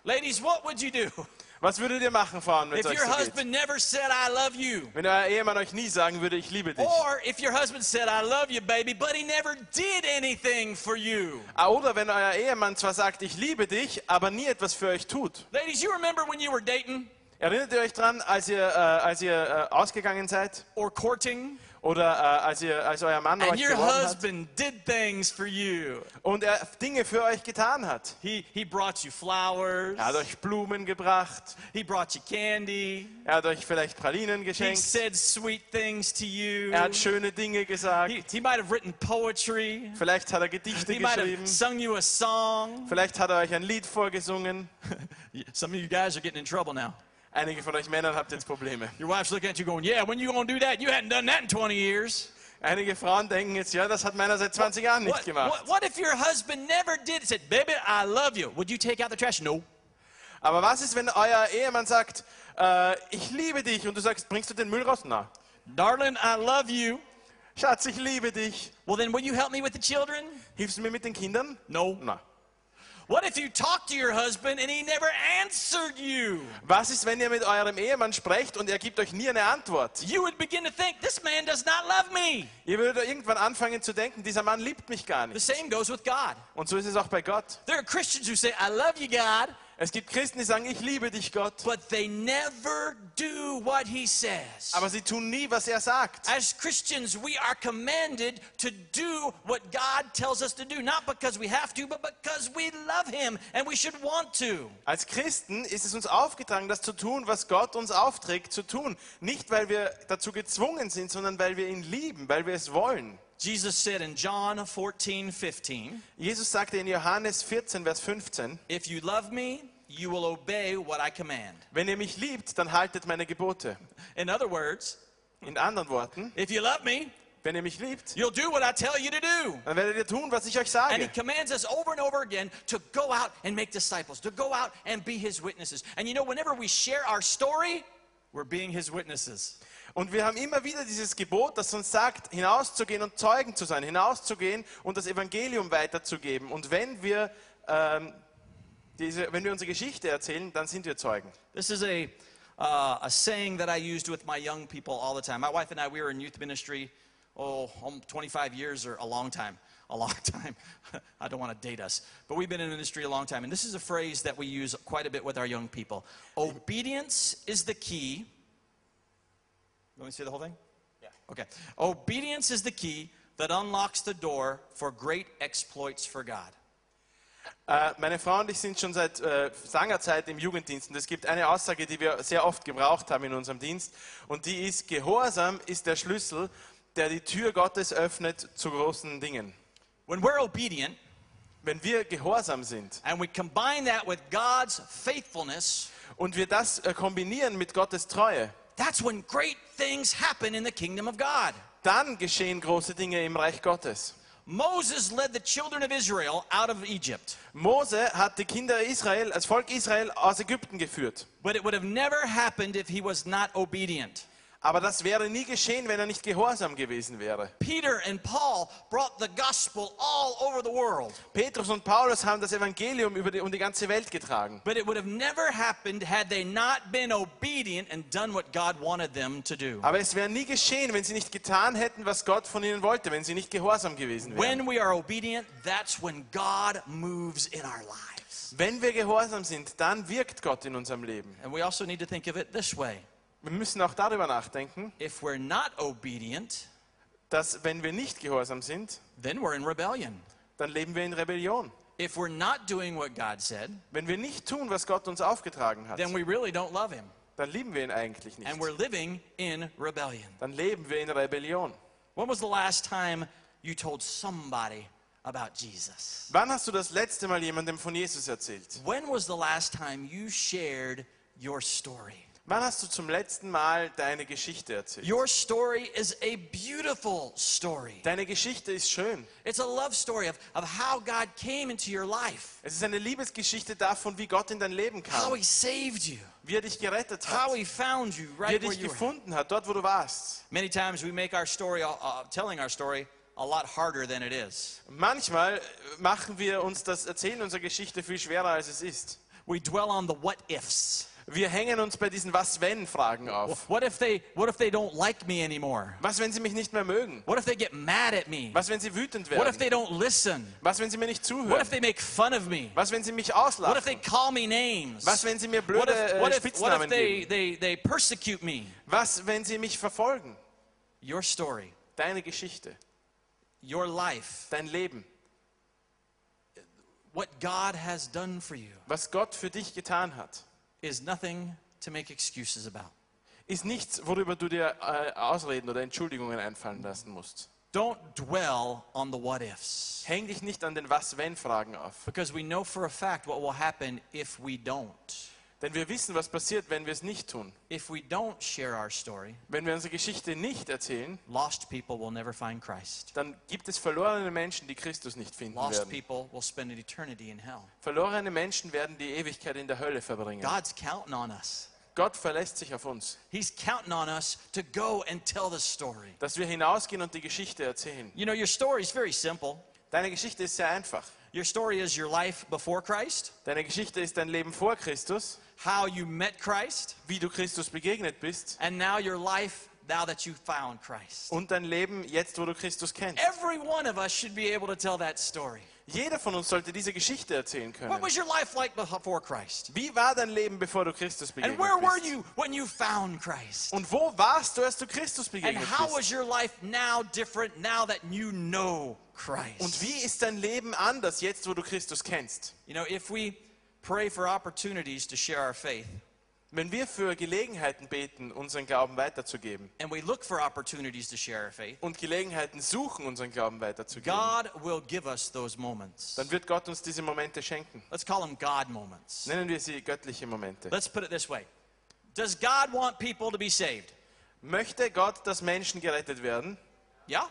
Speaker 2: Ladies, what would you do
Speaker 1: Was würdet ihr machen, Frauen, wenn
Speaker 2: if
Speaker 1: es euch
Speaker 2: your
Speaker 1: so geht?
Speaker 2: husband never said, I love you?
Speaker 1: Wenn euer Ehemann euch nie sagen würde, ich liebe dich.
Speaker 2: Or if your husband said, I love you, baby, but he never did anything for you?
Speaker 1: Ah, Oder wenn euer Ehemann zwar sagt, ich liebe dich, aber nie etwas für euch tut.
Speaker 2: Ladies, you remember when you were dating
Speaker 1: Erinnert ihr euch dran, als ihr, äh, als ihr äh, ausgegangen seid?
Speaker 2: or courting
Speaker 1: Oder äh, als, ihr, als euer Mann
Speaker 2: and
Speaker 1: euch
Speaker 2: your
Speaker 1: geworben hat?
Speaker 2: husband did things for you?
Speaker 1: Und er Dinge für euch getan hat.
Speaker 2: He, he brought you flowers,
Speaker 1: Er hat euch Blumen gebracht.
Speaker 2: he brought you candy,
Speaker 1: Er hat euch vielleicht Pralinen
Speaker 2: he
Speaker 1: geschenkt.
Speaker 2: said sweet things to you.
Speaker 1: Er hat schöne Dinge gesagt.
Speaker 2: He, he might have written poetry.
Speaker 1: Vielleicht hat er Gedichte
Speaker 2: He might
Speaker 1: geschrieben.
Speaker 2: have sung you a song.
Speaker 1: Vielleicht hat er euch ein Lied vorgesungen.
Speaker 2: Some of you guys are getting in trouble now.
Speaker 1: Einige von euch Männern habt jetzt Probleme.
Speaker 2: Your wife's looking at you going, Yeah, when you gonna do that? You hadn't done that in 20 years.
Speaker 1: Einige Frauen denken jetzt, ja, das hat meiner seit 20 Jahren nicht
Speaker 2: What,
Speaker 1: gemacht.
Speaker 2: what, what if your husband never did said, Baby, I love you. Would you take out the trash? No.
Speaker 1: Aber was ist, wenn euer Ehemann sagt, äh, ich liebe dich und du sagst, bringst du den Müll raus? Na,
Speaker 2: Darling, I love you.
Speaker 1: Schatz, ich liebe dich.
Speaker 2: Well, then, will you help me with the children?
Speaker 1: Hilfst du mir mit den Kindern?
Speaker 2: No.
Speaker 1: Na.
Speaker 2: What if you talk to your husband and he never answered you?
Speaker 1: Was ist, wenn ihr mit eurem Ehemann sprecht und er gibt euch nie eine Antwort?
Speaker 2: You would begin to think, this man does not love me.
Speaker 1: Ihr würdet irgendwann anfangen zu denken, dieser Mann liebt mich gar
Speaker 2: The
Speaker 1: nicht.
Speaker 2: same goes with God.
Speaker 1: Und so ist es auch bei Gott.
Speaker 2: There are Christians who say, I love you, God,
Speaker 1: Es gibt Christen, die sagen, ich liebe dich, Gott.
Speaker 2: but they never do what he says.
Speaker 1: Aber sie tun nie, was er sagt.
Speaker 2: As Christians, we are commanded to do what God tells us to do, not because we have to, but because we love him and we should want to.
Speaker 1: Als Christen ist es uns aufgetragen, das zu tun, was Gott uns aufträgt zu tun. Nicht, weil wir dazu gezwungen sind, sondern weil wir ihn lieben, weil wir es wollen.
Speaker 2: Jesus said in John 14, 15,
Speaker 1: Jesus sagte in Johannes 14, Vers 15,
Speaker 2: If you love me, you will obey what I command.
Speaker 1: wenn ihr mich liebt, dann haltet meine Gebote.
Speaker 2: In other words,
Speaker 1: In anderen Worten,
Speaker 2: If you love me,
Speaker 1: wenn ihr mich liebt,
Speaker 2: you'll do what I tell you to do.
Speaker 1: dann werdet ihr tun, was ich euch
Speaker 2: And he
Speaker 1: sage.
Speaker 2: commands us over and over again to go out and make disciples, to go out and be his witnesses. And you know, whenever we share our story, we're being his witnesses.
Speaker 1: Und wir haben immer wieder dieses Gebot, das uns sagt, hinauszugehen und Zeugen zu sein, hinauszugehen und das Evangelium weiterzugeben. Und wenn wir, ähm, diese, wenn wir unsere Geschichte erzählen, dann sind wir Zeugen.
Speaker 2: This is a, uh, a saying that I used with my young people all the time. My wife and I, we were in youth ministry, oh, um, 25 years or a long time. A long time. I don't want to date us, but we've been in ministry a long time. And this is a phrase that we use quite a bit with our young people Obedience is the key. Let me see the whole thing? Yeah. Okay. Obedience is the key that unlocks the door for great exploits for God.
Speaker 1: Äh, meine Frau und ich sind schon seit äh, langer Zeit im Jugenddienst und es gibt eine Aussage, die wir sehr oft gebraucht haben in unserem Dienst und die ist, Gehorsam ist der Schlüssel, der die Tür Gottes öffnet zu großen Dingen.
Speaker 2: When we're obedient
Speaker 1: Wenn wir gehorsam sind
Speaker 2: and we combine that with God's faithfulness,
Speaker 1: und wir das äh, kombinieren mit Gottes Treue,
Speaker 2: That's when great things happen in the kingdom of God.
Speaker 1: dann geschehen große Dinge im Reich Gottes.
Speaker 2: Moses led the children of Israel out of Egypt,
Speaker 1: Mose hat die Kinder Israel, das Volk Israel aus Ägypten geführt.
Speaker 2: but it would have never happened if he was not obedient.
Speaker 1: Aber das wäre nie geschehen, wenn er nicht gehorsam gewesen wäre.
Speaker 2: Peter and Paul brought the gospel all over the world,
Speaker 1: Petrus und Paulus haben das Evangelium über die, um die ganze Welt getragen.
Speaker 2: but it would have never happened had they not been obedient and done what God wanted them to do.
Speaker 1: Aber es wäre nie geschehen, wenn sie nicht getan hätten, was Gott von ihnen wollte, wenn sie nicht gehorsam gewesen wären.
Speaker 2: When we are obedient, that's when God moves in our lives.
Speaker 1: Wenn wir gehorsam sind, dann wirkt Gott in unserem Leben.
Speaker 2: And we also need to think of it this way
Speaker 1: Wir müssen auch darüber nachdenken,
Speaker 2: if we're not obedient,
Speaker 1: dass wenn wir nicht gehorsam sind,
Speaker 2: then we're in rebellion.
Speaker 1: dann leben wir in Rebellion.
Speaker 2: If we're not doing what God said,
Speaker 1: Wenn wir nicht tun, was Gott uns aufgetragen hat,
Speaker 2: then we really don't love Him.
Speaker 1: dann lieben wir ihn eigentlich nicht.
Speaker 2: And we're living in rebellion.
Speaker 1: Dann leben wir in Rebellion.
Speaker 2: When was the last time you told somebody about Jesus?
Speaker 1: Wann hast du das letzte Mal jemandem von Jesus erzählt?
Speaker 2: When was the last time you shared your story?
Speaker 1: Wann hast du zum letzten Mal deine Geschichte erzählt?
Speaker 2: Your story is a beautiful story.
Speaker 1: Deine Geschichte ist schön.
Speaker 2: It's a love story of, of how God came into your life,
Speaker 1: Es ist eine Liebesgeschichte davon, wie Gott in dein Leben
Speaker 2: how
Speaker 1: kam,
Speaker 2: He saved you,
Speaker 1: wie er dich gerettet hat.
Speaker 2: how He found you
Speaker 1: wie er
Speaker 2: right where
Speaker 1: dich
Speaker 2: you were.
Speaker 1: gefunden hat, dort wo du warst.
Speaker 2: Many times we make our story, uh, uh, telling our story, a lot harder than it is.
Speaker 1: Manchmal äh, machen wir uns das Erzählen unserer Geschichte viel schwerer, als es ist.
Speaker 2: We dwell on the what ifs.
Speaker 1: Wir hängen uns bei diesen Was-Wenn-Fragen auf.
Speaker 2: What if they what if they don't like me anymore?
Speaker 1: Was, wenn sie mich nicht mehr mögen?
Speaker 2: What if they get mad at me?
Speaker 1: Was, wenn sie wütend
Speaker 2: What if they
Speaker 1: werden?
Speaker 2: don't listen?
Speaker 1: Was, wenn sie mir nicht
Speaker 2: What
Speaker 1: zuhören?
Speaker 2: if they make fun of me?
Speaker 1: Was, wenn sie mich
Speaker 2: What if they
Speaker 1: auslachen?
Speaker 2: call me names?
Speaker 1: Was, wenn sie mir
Speaker 2: What
Speaker 1: blöde
Speaker 2: if,
Speaker 1: äh,
Speaker 2: what if, what if
Speaker 1: Spitznamen
Speaker 2: they,
Speaker 1: geben?
Speaker 2: they, they persecute me?
Speaker 1: Was, wenn sie mich verfolgen?
Speaker 2: Your story,
Speaker 1: Deine Geschichte,
Speaker 2: your life,
Speaker 1: dein Leben,
Speaker 2: what God has done for you
Speaker 1: was Gott für dich getan hat,
Speaker 2: is nothing to make excuses about.
Speaker 1: ist nichts, worüber du dir äh, Ausreden oder Entschuldigungen einfallen lassen musst.
Speaker 2: Don't dwell on the what ifs
Speaker 1: Häng dich nicht an den Was-Wenn-Fragen auf.
Speaker 2: because we know for a fact what will happen if we don't.
Speaker 1: Denn wir wissen, was passiert, wenn wir es nicht tun.
Speaker 2: If we don't share our story,
Speaker 1: Wenn wir unsere Geschichte nicht erzählen,
Speaker 2: Lost people will never find Christ.
Speaker 1: dann gibt es verlorene Menschen, die Christus nicht finden
Speaker 2: Lost
Speaker 1: werden.
Speaker 2: people will spend an eternity in hell.
Speaker 1: Verlorene Menschen werden die Ewigkeit in der Hölle verbringen.
Speaker 2: God's counting on us.
Speaker 1: Gott verlässt sich auf uns,
Speaker 2: He's counting on us to go and tell the story.
Speaker 1: dass wir hinausgehen und die Geschichte erzählen.
Speaker 2: You know, your story is very simple.
Speaker 1: Deine Geschichte ist sehr einfach.
Speaker 2: Your story is your life before Christ,
Speaker 1: Deine Geschichte ist dein Leben vor Christus,
Speaker 2: how you met Christ,
Speaker 1: wie du Christus begegnet bist
Speaker 2: and now your life now that you found Christ.
Speaker 1: und dein Leben jetzt, wo du Christus kennst.
Speaker 2: Every one of us should be able to tell that story.
Speaker 1: Jeder von uns sollte diese Geschichte erzählen
Speaker 2: What
Speaker 1: können.
Speaker 2: was your life like before Christ?
Speaker 1: Wie war dein Leben, bevor du Christus
Speaker 2: And
Speaker 1: begegnet
Speaker 2: where were
Speaker 1: bist?
Speaker 2: you when you found Christ?
Speaker 1: Und wo warst du, als du Christus
Speaker 2: And
Speaker 1: begegnet
Speaker 2: how
Speaker 1: bist?
Speaker 2: is your life now different now that you know Christ?
Speaker 1: Und wie ist dein Leben anders jetzt, wo du Christus kennst?
Speaker 2: You know, if we pray for opportunities to share our faith
Speaker 1: Wenn wir für Gelegenheiten beten, unseren Glauben weiterzugeben
Speaker 2: and we look for opportunities to share our faith,
Speaker 1: und Gelegenheiten suchen, unseren Glauben weiterzugeben,
Speaker 2: God will give us those moments.
Speaker 1: dann wird Gott uns diese Momente schenken.
Speaker 2: Let's call them God moments.
Speaker 1: Nennen wir sie göttliche Momente.
Speaker 2: Let's put it this way Does God want people to be saved?
Speaker 1: Möchte Gott, dass Menschen gerettet werden?
Speaker 2: Yeah?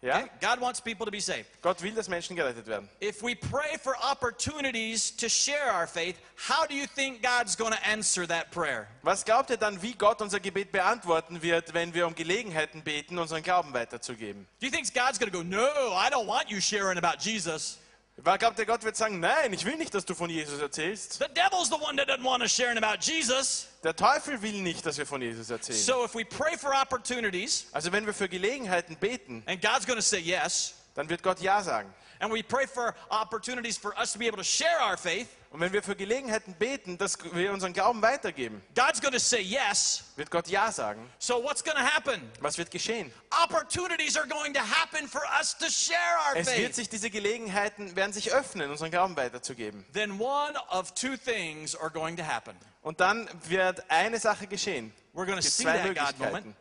Speaker 1: Ja?
Speaker 2: Okay? God wants people to be saved.
Speaker 1: Gott will, dass Menschen gerettet werden.
Speaker 2: If we pray for opportunities to share our faith, how do you think God's going to answer that prayer?
Speaker 1: Was glaubt ihr dann, wie Gott unser Gebet beantworten wird, wenn wir um Gelegenheiten beten, unseren Glauben weiterzugeben?
Speaker 2: Do you think God's going to go, "No, I don't want you sharing about Jesus"?
Speaker 1: Weil glaubt ihr, Gott wird sagen, nein, ich will nicht, dass du von Jesus erzählst.
Speaker 2: The devil's the one that doesn't want us sharing about Jesus.
Speaker 1: Der Teufel will nicht, dass wir von Jesus erzählen.
Speaker 2: So if we pray for opportunities,
Speaker 1: Also wenn wir für Gelegenheiten beten,
Speaker 2: and God's going to say yes,
Speaker 1: dann wird Gott Ja sagen.
Speaker 2: and we pray for opportunities for us to be able to share our faith,
Speaker 1: Und wenn wir für Gelegenheiten beten, dass wir unseren Glauben weitergeben,
Speaker 2: God's going to say yes.
Speaker 1: wird Gott Ja sagen.
Speaker 2: So what's going to happen?
Speaker 1: Was wird geschehen?
Speaker 2: Opportunities are going to happen for us to share our
Speaker 1: Es wird
Speaker 2: faith.
Speaker 1: sich diese Gelegenheiten, werden sich öffnen, unseren Glauben weiterzugeben.
Speaker 2: Then one of two things are going to happen.
Speaker 1: Und dann wird eine Sache geschehen.
Speaker 2: We're going to
Speaker 1: Es gibt
Speaker 2: see
Speaker 1: zwei
Speaker 2: that God moment,
Speaker 1: Möglichkeiten.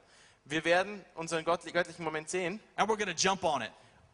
Speaker 1: Wir werden unseren gottli- göttlichen Moment sehen
Speaker 2: and we're going to jump on it.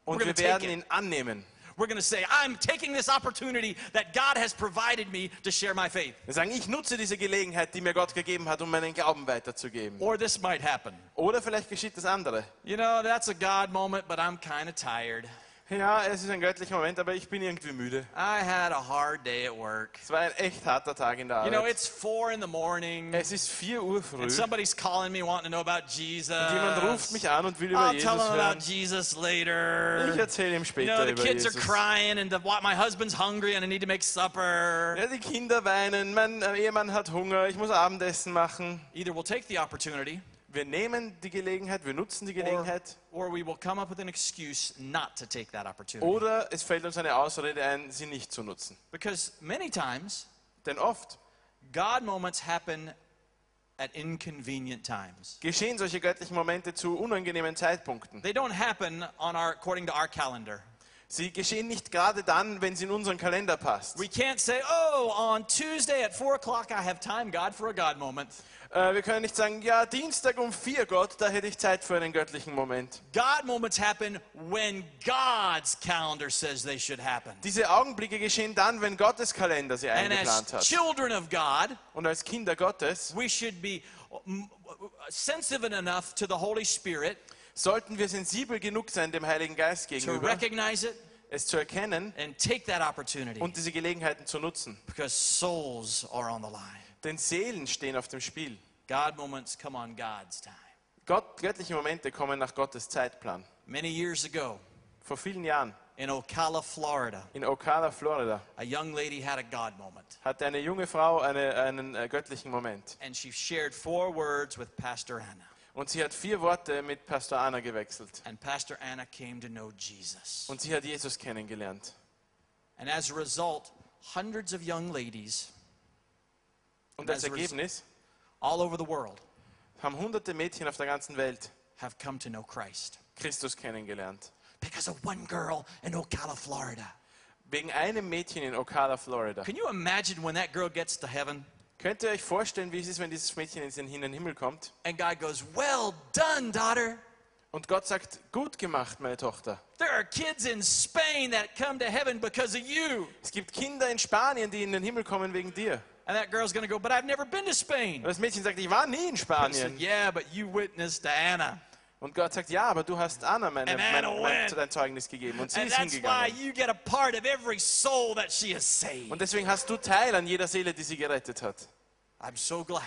Speaker 2: We're
Speaker 1: und
Speaker 2: going to
Speaker 1: wir
Speaker 2: take
Speaker 1: werden
Speaker 2: it.
Speaker 1: ihn annehmen.
Speaker 2: We're going to say, I'm taking this opportunity that God has provided me to share my faith.
Speaker 1: Wir sagen, ich nutze diese Gelegenheit, die mir Gott gegeben hat, um meinen Glauben weiterzugeben.
Speaker 2: Or this might happen.
Speaker 1: Oder vielleicht geschieht das andere.
Speaker 2: You know, that's a God moment, but I'm kind of tired.
Speaker 1: Ja, es ist ein göttlicher Moment, aber ich bin irgendwie müde.
Speaker 2: I had a hard day at work.
Speaker 1: Es war ein echt harter Tag in der
Speaker 2: You know,
Speaker 1: Arbeit.
Speaker 2: it's four in the morning.
Speaker 1: Es ist 4 Uhr früh.
Speaker 2: And somebody's calling me wanting to know about Jesus.
Speaker 1: Jemand ruft mich an und will über
Speaker 2: uh, I'll tell
Speaker 1: Jesus
Speaker 2: them about
Speaker 1: hören.
Speaker 2: Jesus
Speaker 1: Ich
Speaker 2: later.
Speaker 1: erzähle ihm
Speaker 2: You
Speaker 1: später
Speaker 2: know, the
Speaker 1: über
Speaker 2: kids are
Speaker 1: Jesus.
Speaker 2: crying, and the, why- my husband's hungry, and I need to make supper.
Speaker 1: Ja, die Kinder weinen, mein äh, Ehemann hat Hunger, ich muss Abendessen machen.
Speaker 2: Either we'll take the opportunity,
Speaker 1: Wir nehmen die Gelegenheit, wir nutzen die
Speaker 2: or,
Speaker 1: Gelegenheit.
Speaker 2: or we will come up with an excuse not to take that opportunity.
Speaker 1: Oder es fällt uns eine Ausrede ein, sie nicht zu nutzen.
Speaker 2: Because many times,
Speaker 1: Denn oft
Speaker 2: God moments happen at inconvenient times.
Speaker 1: geschehen solche göttlichen Momente zu unangenehmen Zeitpunkten.
Speaker 2: They don't happen on our, according to our calendar.
Speaker 1: Sie geschehen nicht gerade dann, wenn sie in unseren Kalender passt.
Speaker 2: We can't say, oh, on Tuesday at 4 o'clock, I have time, God, for a God moment.
Speaker 1: Äh, wir können nicht sagen, ja, Dienstag um vier, Gott, da hätte ich Zeit für einen göttlichen Moment.
Speaker 2: God moments happen when God's calendar says they should happen.
Speaker 1: Diese Augenblicke geschehen dann, wenn Gottes Kalender sie
Speaker 2: And as
Speaker 1: eingeplant hat.
Speaker 2: children of God,
Speaker 1: Und als Kinder Gottes
Speaker 2: we should be mm, sensitive enough to the Holy Spirit
Speaker 1: sollten wir sensibel genug sein dem Heiligen Geist
Speaker 2: to
Speaker 1: gegenüber,
Speaker 2: recognize it
Speaker 1: es zu erkennen
Speaker 2: and take that opportunity
Speaker 1: und diese Gelegenheiten zu nutzen.
Speaker 2: because souls are on the line.
Speaker 1: Denn Seelen stehen auf dem Spiel.
Speaker 2: God moments come on God's time.
Speaker 1: Gott, göttliche Momente kommen nach Gottes Zeitplan.
Speaker 2: Many years ago
Speaker 1: Vor vielen Jahren
Speaker 2: in Ocala, Florida,
Speaker 1: in Ocala, Florida,
Speaker 2: a young lady had a God moment,
Speaker 1: hatte eine junge Frau eine, einen äh, göttlichen Moment.
Speaker 2: and she shared four words with Pastor Anna.
Speaker 1: Und sie hat vier Worte mit Pastor Anna gewechselt.
Speaker 2: And Pastor Anna came to know Jesus.
Speaker 1: Und sie hat Jesus kennengelernt.
Speaker 2: And as a result, hundreds of young ladies
Speaker 1: Und als
Speaker 2: As a result-
Speaker 1: Ergebnis
Speaker 2: all over the world
Speaker 1: haben hunderte Mädchen auf der ganzen Welt
Speaker 2: have come to know Christ
Speaker 1: Christus kennengelernt.
Speaker 2: because of one girl in Ocala, Florida.
Speaker 1: Wegen einem Mädchen in Ocala, Florida.
Speaker 2: Can you imagine when that girl gets to heaven
Speaker 1: Könnt ihr euch vorstellen, wie es ist, wenn dieses Mädchen in den hinteren Himmel kommt?
Speaker 2: and God goes, Well done, daughter?
Speaker 1: Und Gott sagt, gut gemacht, meine Tochter.
Speaker 2: There are kids in Spain that come to heaven because of you.
Speaker 1: Es gibt Kinder in Spanien, die in den Himmel kommen wegen dir.
Speaker 2: And that girl's going to go, But I've never been to Spain.
Speaker 1: Und das Mädchen sagt, ich war nie in
Speaker 2: I said,
Speaker 1: Spanien.
Speaker 2: Yeah, but you witnessed to Anna.
Speaker 1: Und Gott sagt, ja, aber du hast Anna, meine,
Speaker 2: And Anna
Speaker 1: mein, mein,
Speaker 2: went.
Speaker 1: dein Zeugnis gegeben. Und sie
Speaker 2: And
Speaker 1: ist
Speaker 2: that's why
Speaker 1: hingegangen.
Speaker 2: you get a part of every soul that she has
Speaker 1: Und
Speaker 2: saved.
Speaker 1: deswegen hast du Teil an jeder Seele, die sie gerettet hat.
Speaker 2: I'm so glad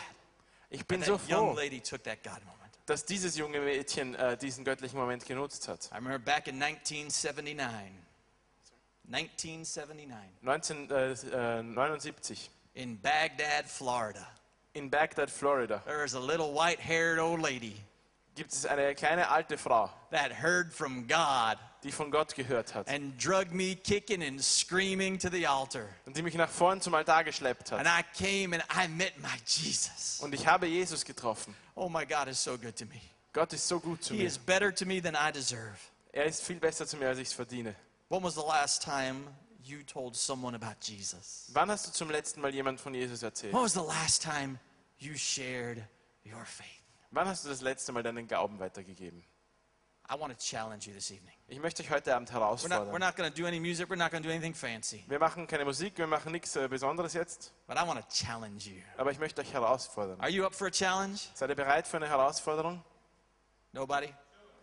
Speaker 1: Ich bin so
Speaker 2: that young
Speaker 1: froh,
Speaker 2: lady took that God moment.
Speaker 1: dass dieses junge Mädchen äh, diesen göttlichen Moment genutzt hat.
Speaker 2: I remember back in 1979. 1979
Speaker 1: äh, 1979
Speaker 2: in Baghdad, Florida.
Speaker 1: in Bagdad, Florida,
Speaker 2: There was a little white-haired old lady
Speaker 1: gibt es eine kleine alte Frau,
Speaker 2: that heard from God
Speaker 1: die von Gott gehört hat
Speaker 2: and drug me kicking and screaming to the altar.
Speaker 1: und die mich nach vorn zum Altar geschleppt
Speaker 2: And
Speaker 1: hat.
Speaker 2: I came and I met my Jesus.
Speaker 1: Und ich habe Jesus getroffen.
Speaker 2: Oh my God is so good to me.
Speaker 1: Gott ist so gut zu
Speaker 2: He
Speaker 1: mir.
Speaker 2: is better to me than I deserve.
Speaker 1: Er ist viel besser zu mir, als ich es verdiene.
Speaker 2: When was the last time you told someone about Jesus?
Speaker 1: Wann hast du zum letzten Mal jemand von Jesus erzählt?
Speaker 2: When was the last time you shared your faith?
Speaker 1: Wann hast du das letzte Mal deinen Glauben weitergegeben?
Speaker 2: I want to challenge you this evening.
Speaker 1: Ich möchte euch heute Abend
Speaker 2: We're not, we're
Speaker 1: herausfordern.
Speaker 2: not going to do any music, we're not going to do anything fancy,
Speaker 1: Wir machen keine Musik, wir machen nichts äh, Besonderes jetzt,
Speaker 2: but I want to challenge you.
Speaker 1: aber ich möchte euch herausfordern.
Speaker 2: Are you up for a challenge?
Speaker 1: Seid ihr bereit für eine Herausforderung?
Speaker 2: Nobody?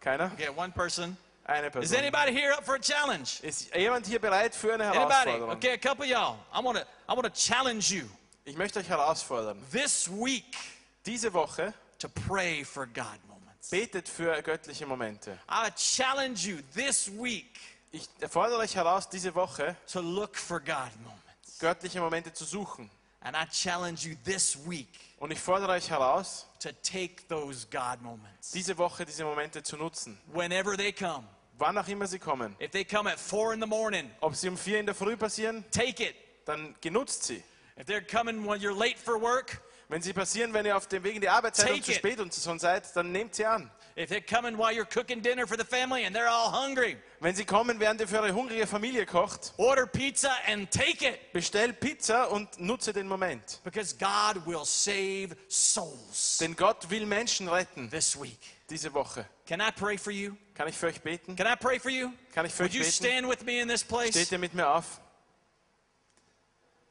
Speaker 1: Keiner?
Speaker 2: Okay, one person.
Speaker 1: Eine
Speaker 2: Is
Speaker 1: Person.
Speaker 2: anybody here up for a challenge?
Speaker 1: Ist jemand hier bereit für eine
Speaker 2: Anybody?
Speaker 1: Herausforderung?
Speaker 2: Okay, a couple of y'all. I want to I want to challenge you
Speaker 1: Ich möchte euch herausfordern.
Speaker 2: this week
Speaker 1: Diese Woche
Speaker 2: to pray for God moments.
Speaker 1: betet für göttliche Momente.
Speaker 2: I challenge you this week
Speaker 1: Ich fordere euch heraus, diese Woche
Speaker 2: to look for God moments.
Speaker 1: göttliche Momente zu suchen.
Speaker 2: And I challenge you this week
Speaker 1: Und ich fordere euch heraus,
Speaker 2: to take those God moments
Speaker 1: diese Woche diese Momente zu nutzen.
Speaker 2: whenever they come.
Speaker 1: Wann auch immer sie kommen.
Speaker 2: If they come at four in the morning,
Speaker 1: Ob sie um vier in der Früh passieren,
Speaker 2: take it.
Speaker 1: dann genutzt sie.
Speaker 2: If they're coming when you're late for work,
Speaker 1: Wenn sie passieren, wenn ihr auf dem Weg in die Arbeit seid
Speaker 2: Take
Speaker 1: und zu
Speaker 2: it.
Speaker 1: spät und zu schon seid, dann nehmt sie an.
Speaker 2: if they're coming while you're cooking dinner for the family and they're all hungry,
Speaker 1: Wenn sie kommen, während ihr für eure hungrige Familie kocht,
Speaker 2: order pizza and take it
Speaker 1: bestell Pizza und nutze den Moment.
Speaker 2: because God will save souls
Speaker 1: Denn Gott will Menschen retten
Speaker 2: this week.
Speaker 1: diese Woche.
Speaker 2: Can I pray for you?
Speaker 1: Kann ich für euch beten?
Speaker 2: Can I pray for you?
Speaker 1: Kann ich für euch
Speaker 2: Would you
Speaker 1: beten?
Speaker 2: stand with me in this
Speaker 1: Steht
Speaker 2: place?
Speaker 1: ihr mit mir auf?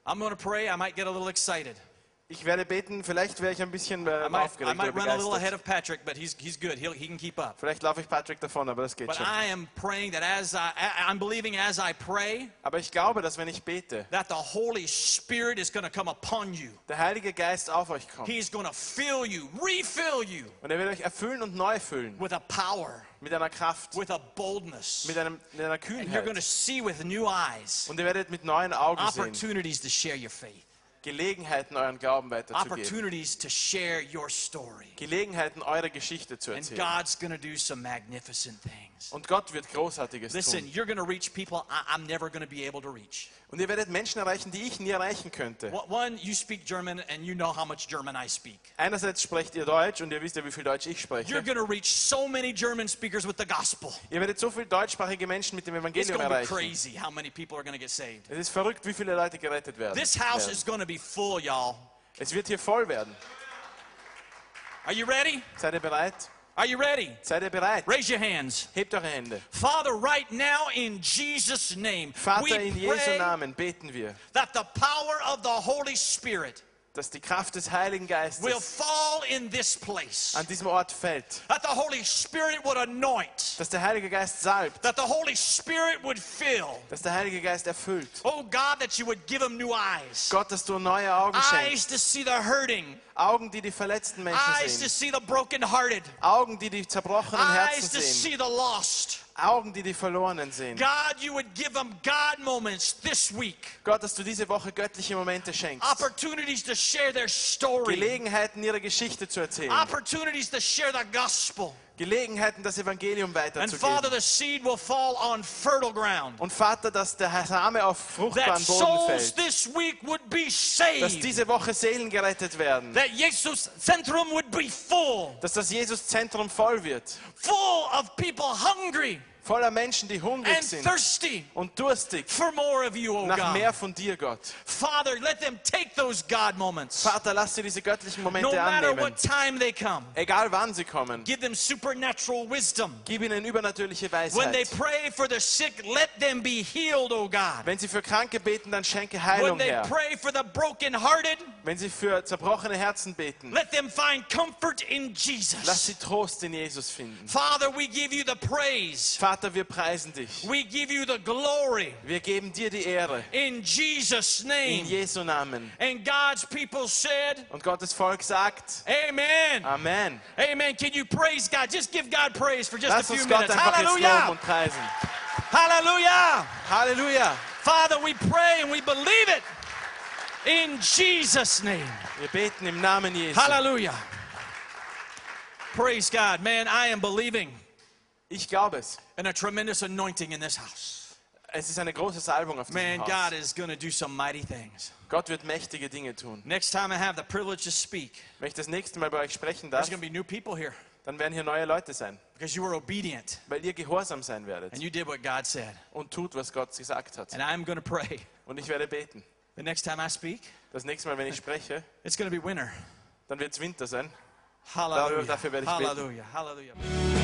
Speaker 2: I'm going to pray. I might get a little excited.
Speaker 1: Ich werde beten, vielleicht wäre ich ein bisschen
Speaker 2: I
Speaker 1: äh,
Speaker 2: might, I
Speaker 1: aufgeregt oder
Speaker 2: might run a little ahead
Speaker 1: begeistert.
Speaker 2: of Patrick, but he's, he's good. He'll, he can keep up.
Speaker 1: Vielleicht laufe ich Patrick davon, aber das geht
Speaker 2: But
Speaker 1: schon.
Speaker 2: I am praying that as I, I- I'm believing as I pray,
Speaker 1: Aber ich glaube, dass wenn ich bete,
Speaker 2: that the Holy Spirit is going to come upon you.
Speaker 1: der Heilige Geist auf euch kommt.
Speaker 2: He's going to fill you, refill you
Speaker 1: Und er wird euch erfüllen und neu füllen.
Speaker 2: with a power,
Speaker 1: Mit einer Kraft,
Speaker 2: with a boldness.
Speaker 1: mit, einem, mit einer
Speaker 2: And you're going to
Speaker 1: Kühnheit.
Speaker 2: see with new eyes
Speaker 1: Und ihr werdet mit neuen Augen sehen.
Speaker 2: opportunities to share your faith,
Speaker 1: Gelegenheiten, euren Glauben weiterzugeben.
Speaker 2: opportunities to share your story.
Speaker 1: Gelegenheiten, eure Geschichte zu
Speaker 2: And
Speaker 1: erzählen.
Speaker 2: God's going to do some magnificent things.
Speaker 1: Und Gott wird Großartiges
Speaker 2: Listen,
Speaker 1: tun.
Speaker 2: you're going to reach people I- I'm never going to be able to reach.
Speaker 1: Und ihr werdet Menschen erreichen, die ich nie erreichen könnte.
Speaker 2: Wha- One, you speak German and you know how much German I speak.
Speaker 1: Einerseits sprecht ihr Deutsch und ihr wisst ja, wie viel Deutsch ich
Speaker 2: You're
Speaker 1: spreche.
Speaker 2: going to reach so many German speakers with the gospel.
Speaker 1: Ihr werdet so viele deutschsprachige Menschen mit dem
Speaker 2: It's
Speaker 1: Evangelium
Speaker 2: going to be
Speaker 1: erreichen.
Speaker 2: crazy how many people are going to get saved.
Speaker 1: Es ist verrückt, wie viele Leute gerettet werden.
Speaker 2: This house
Speaker 1: Ja.
Speaker 2: is going to be full, y'all.
Speaker 1: Es wird hier voll werden.
Speaker 2: Are you ready?
Speaker 1: Seid ihr bereit?
Speaker 2: Are you ready?
Speaker 1: Seid ihr bereit?
Speaker 2: Raise your hands.
Speaker 1: Hebt eure Hände.
Speaker 2: Father, right now in Jesus' name, we
Speaker 1: Vater, in Jesu
Speaker 2: pray
Speaker 1: Namen beten wir,
Speaker 2: that the power of the Holy Spirit
Speaker 1: dass die Kraft des Heiligen
Speaker 2: will
Speaker 1: Geistes
Speaker 2: fall in this place,
Speaker 1: an diesem Ort fällt.
Speaker 2: that the Holy Spirit would anoint.
Speaker 1: Dass der Heilige Geist salbt.
Speaker 2: that the Holy Spirit would fill.
Speaker 1: Dass der Heilige Geist erfüllt.
Speaker 2: Oh God, that you would give them new eyes.
Speaker 1: Gott, dass du neue Augen
Speaker 2: Eyes
Speaker 1: schenkst.
Speaker 2: to see the hurting,
Speaker 1: Augen, die die verletzten Menschen
Speaker 2: eyes
Speaker 1: sehen.
Speaker 2: to see the brokenhearted,
Speaker 1: Augen, die die zerbrochenen
Speaker 2: eyes to
Speaker 1: Herzen sehen.
Speaker 2: see the lost.
Speaker 1: Augen, die die Verlorenen sehen.
Speaker 2: God, you would give them God moments this week,
Speaker 1: Gott, dass du diese Woche göttliche Momente schenkst.
Speaker 2: opportunities to share their story,
Speaker 1: Gelegenheiten, ihre Geschichte zu erzählen.
Speaker 2: opportunities to share the gospel.
Speaker 1: Gelegenheiten, das Evangelium
Speaker 2: And
Speaker 1: weiterzugeben.
Speaker 2: Father, the seed will fall on fertile ground.
Speaker 1: Und Vater, dass der Same auf
Speaker 2: That
Speaker 1: fruchtbaren Boden
Speaker 2: souls
Speaker 1: fällt.
Speaker 2: this week would be
Speaker 1: Dass
Speaker 2: saved.
Speaker 1: diese Woche Seelen gerettet werden.
Speaker 2: That Jesus Centrum would be full,
Speaker 1: Dass das Jesuszentrum voll wird.
Speaker 2: full of people hungry.
Speaker 1: Voller Menschen, die hungrig
Speaker 2: and
Speaker 1: sind
Speaker 2: thirsty
Speaker 1: und durstig
Speaker 2: for more of you, O
Speaker 1: nach mehr
Speaker 2: God.
Speaker 1: von dir, Gott.
Speaker 2: Father, let them take those God moments.
Speaker 1: Vater, lass dir diese göttlichen
Speaker 2: No
Speaker 1: Momente
Speaker 2: matter
Speaker 1: annehmen.
Speaker 2: what time they come,
Speaker 1: Egal wann sie kommen.
Speaker 2: give them supernatural wisdom.
Speaker 1: Gib ihnen übernatürliche
Speaker 2: When they
Speaker 1: Weisheit.
Speaker 2: pray for the sick, let them be healed, O God.
Speaker 1: Wenn sie für Kranke beten, dann schenke
Speaker 2: When
Speaker 1: Heilung
Speaker 2: they
Speaker 1: her.
Speaker 2: pray for the brokenhearted,
Speaker 1: Wenn sie für zerbrochene Herzen beten,
Speaker 2: let them find comfort in
Speaker 1: lass
Speaker 2: Jesus.
Speaker 1: sie Trost in Jesus finden.
Speaker 2: Father, we give you the praise.
Speaker 1: Vater, wir preisen dich.
Speaker 2: We give you the glory
Speaker 1: Wir geben dir die Ehre.
Speaker 2: in Jesus'
Speaker 1: In
Speaker 2: name.
Speaker 1: Jesu Namen.
Speaker 2: And God's people said,
Speaker 1: Und Gottes Volk sagt Ah.
Speaker 2: Amen.
Speaker 1: Amen.
Speaker 2: Amen. Can you praise God? Just give God praise for just
Speaker 1: Lass
Speaker 2: a few
Speaker 1: uns Gott
Speaker 2: minutes.
Speaker 1: einfach jetzt loben
Speaker 2: Hallelujah.
Speaker 1: und preisen.
Speaker 2: Hallelujah.
Speaker 1: Halleluja.
Speaker 2: Father, we pray and we believe it in Jesus' name.
Speaker 1: Wir beten im Namen Jesu.
Speaker 2: Hallelujah. Praise God. Man, I am believing
Speaker 1: Ich glaube es.
Speaker 2: in a tremendous anointing in this house.
Speaker 1: Es ist eine große Salbung auf
Speaker 2: Man,
Speaker 1: diesem
Speaker 2: God
Speaker 1: Haus.
Speaker 2: is going to do some mighty things.
Speaker 1: Gott wird mächtige Dinge tun.
Speaker 2: Next time I have the privilege to speak,
Speaker 1: Wenn ich das nächste Mal bei euch sprechen
Speaker 2: there's
Speaker 1: darf,
Speaker 2: going to be new people here
Speaker 1: dann werden hier neue Leute sein,
Speaker 2: because you were obedient
Speaker 1: weil ihr gehorsam sein werdet
Speaker 2: and you did what God said.
Speaker 1: und tut, was Gott gesagt hat.
Speaker 2: And I'm going to pray
Speaker 1: Und ich werde beten.
Speaker 2: the next time I speak,
Speaker 1: Das nächste Mal, wenn ich spreche,
Speaker 2: it's going to be winter.
Speaker 1: dann wird es Winter sein.
Speaker 2: Hallelujah.
Speaker 1: Darüber- dafür werde ich beten.
Speaker 2: Hallelujah. Hallelujah.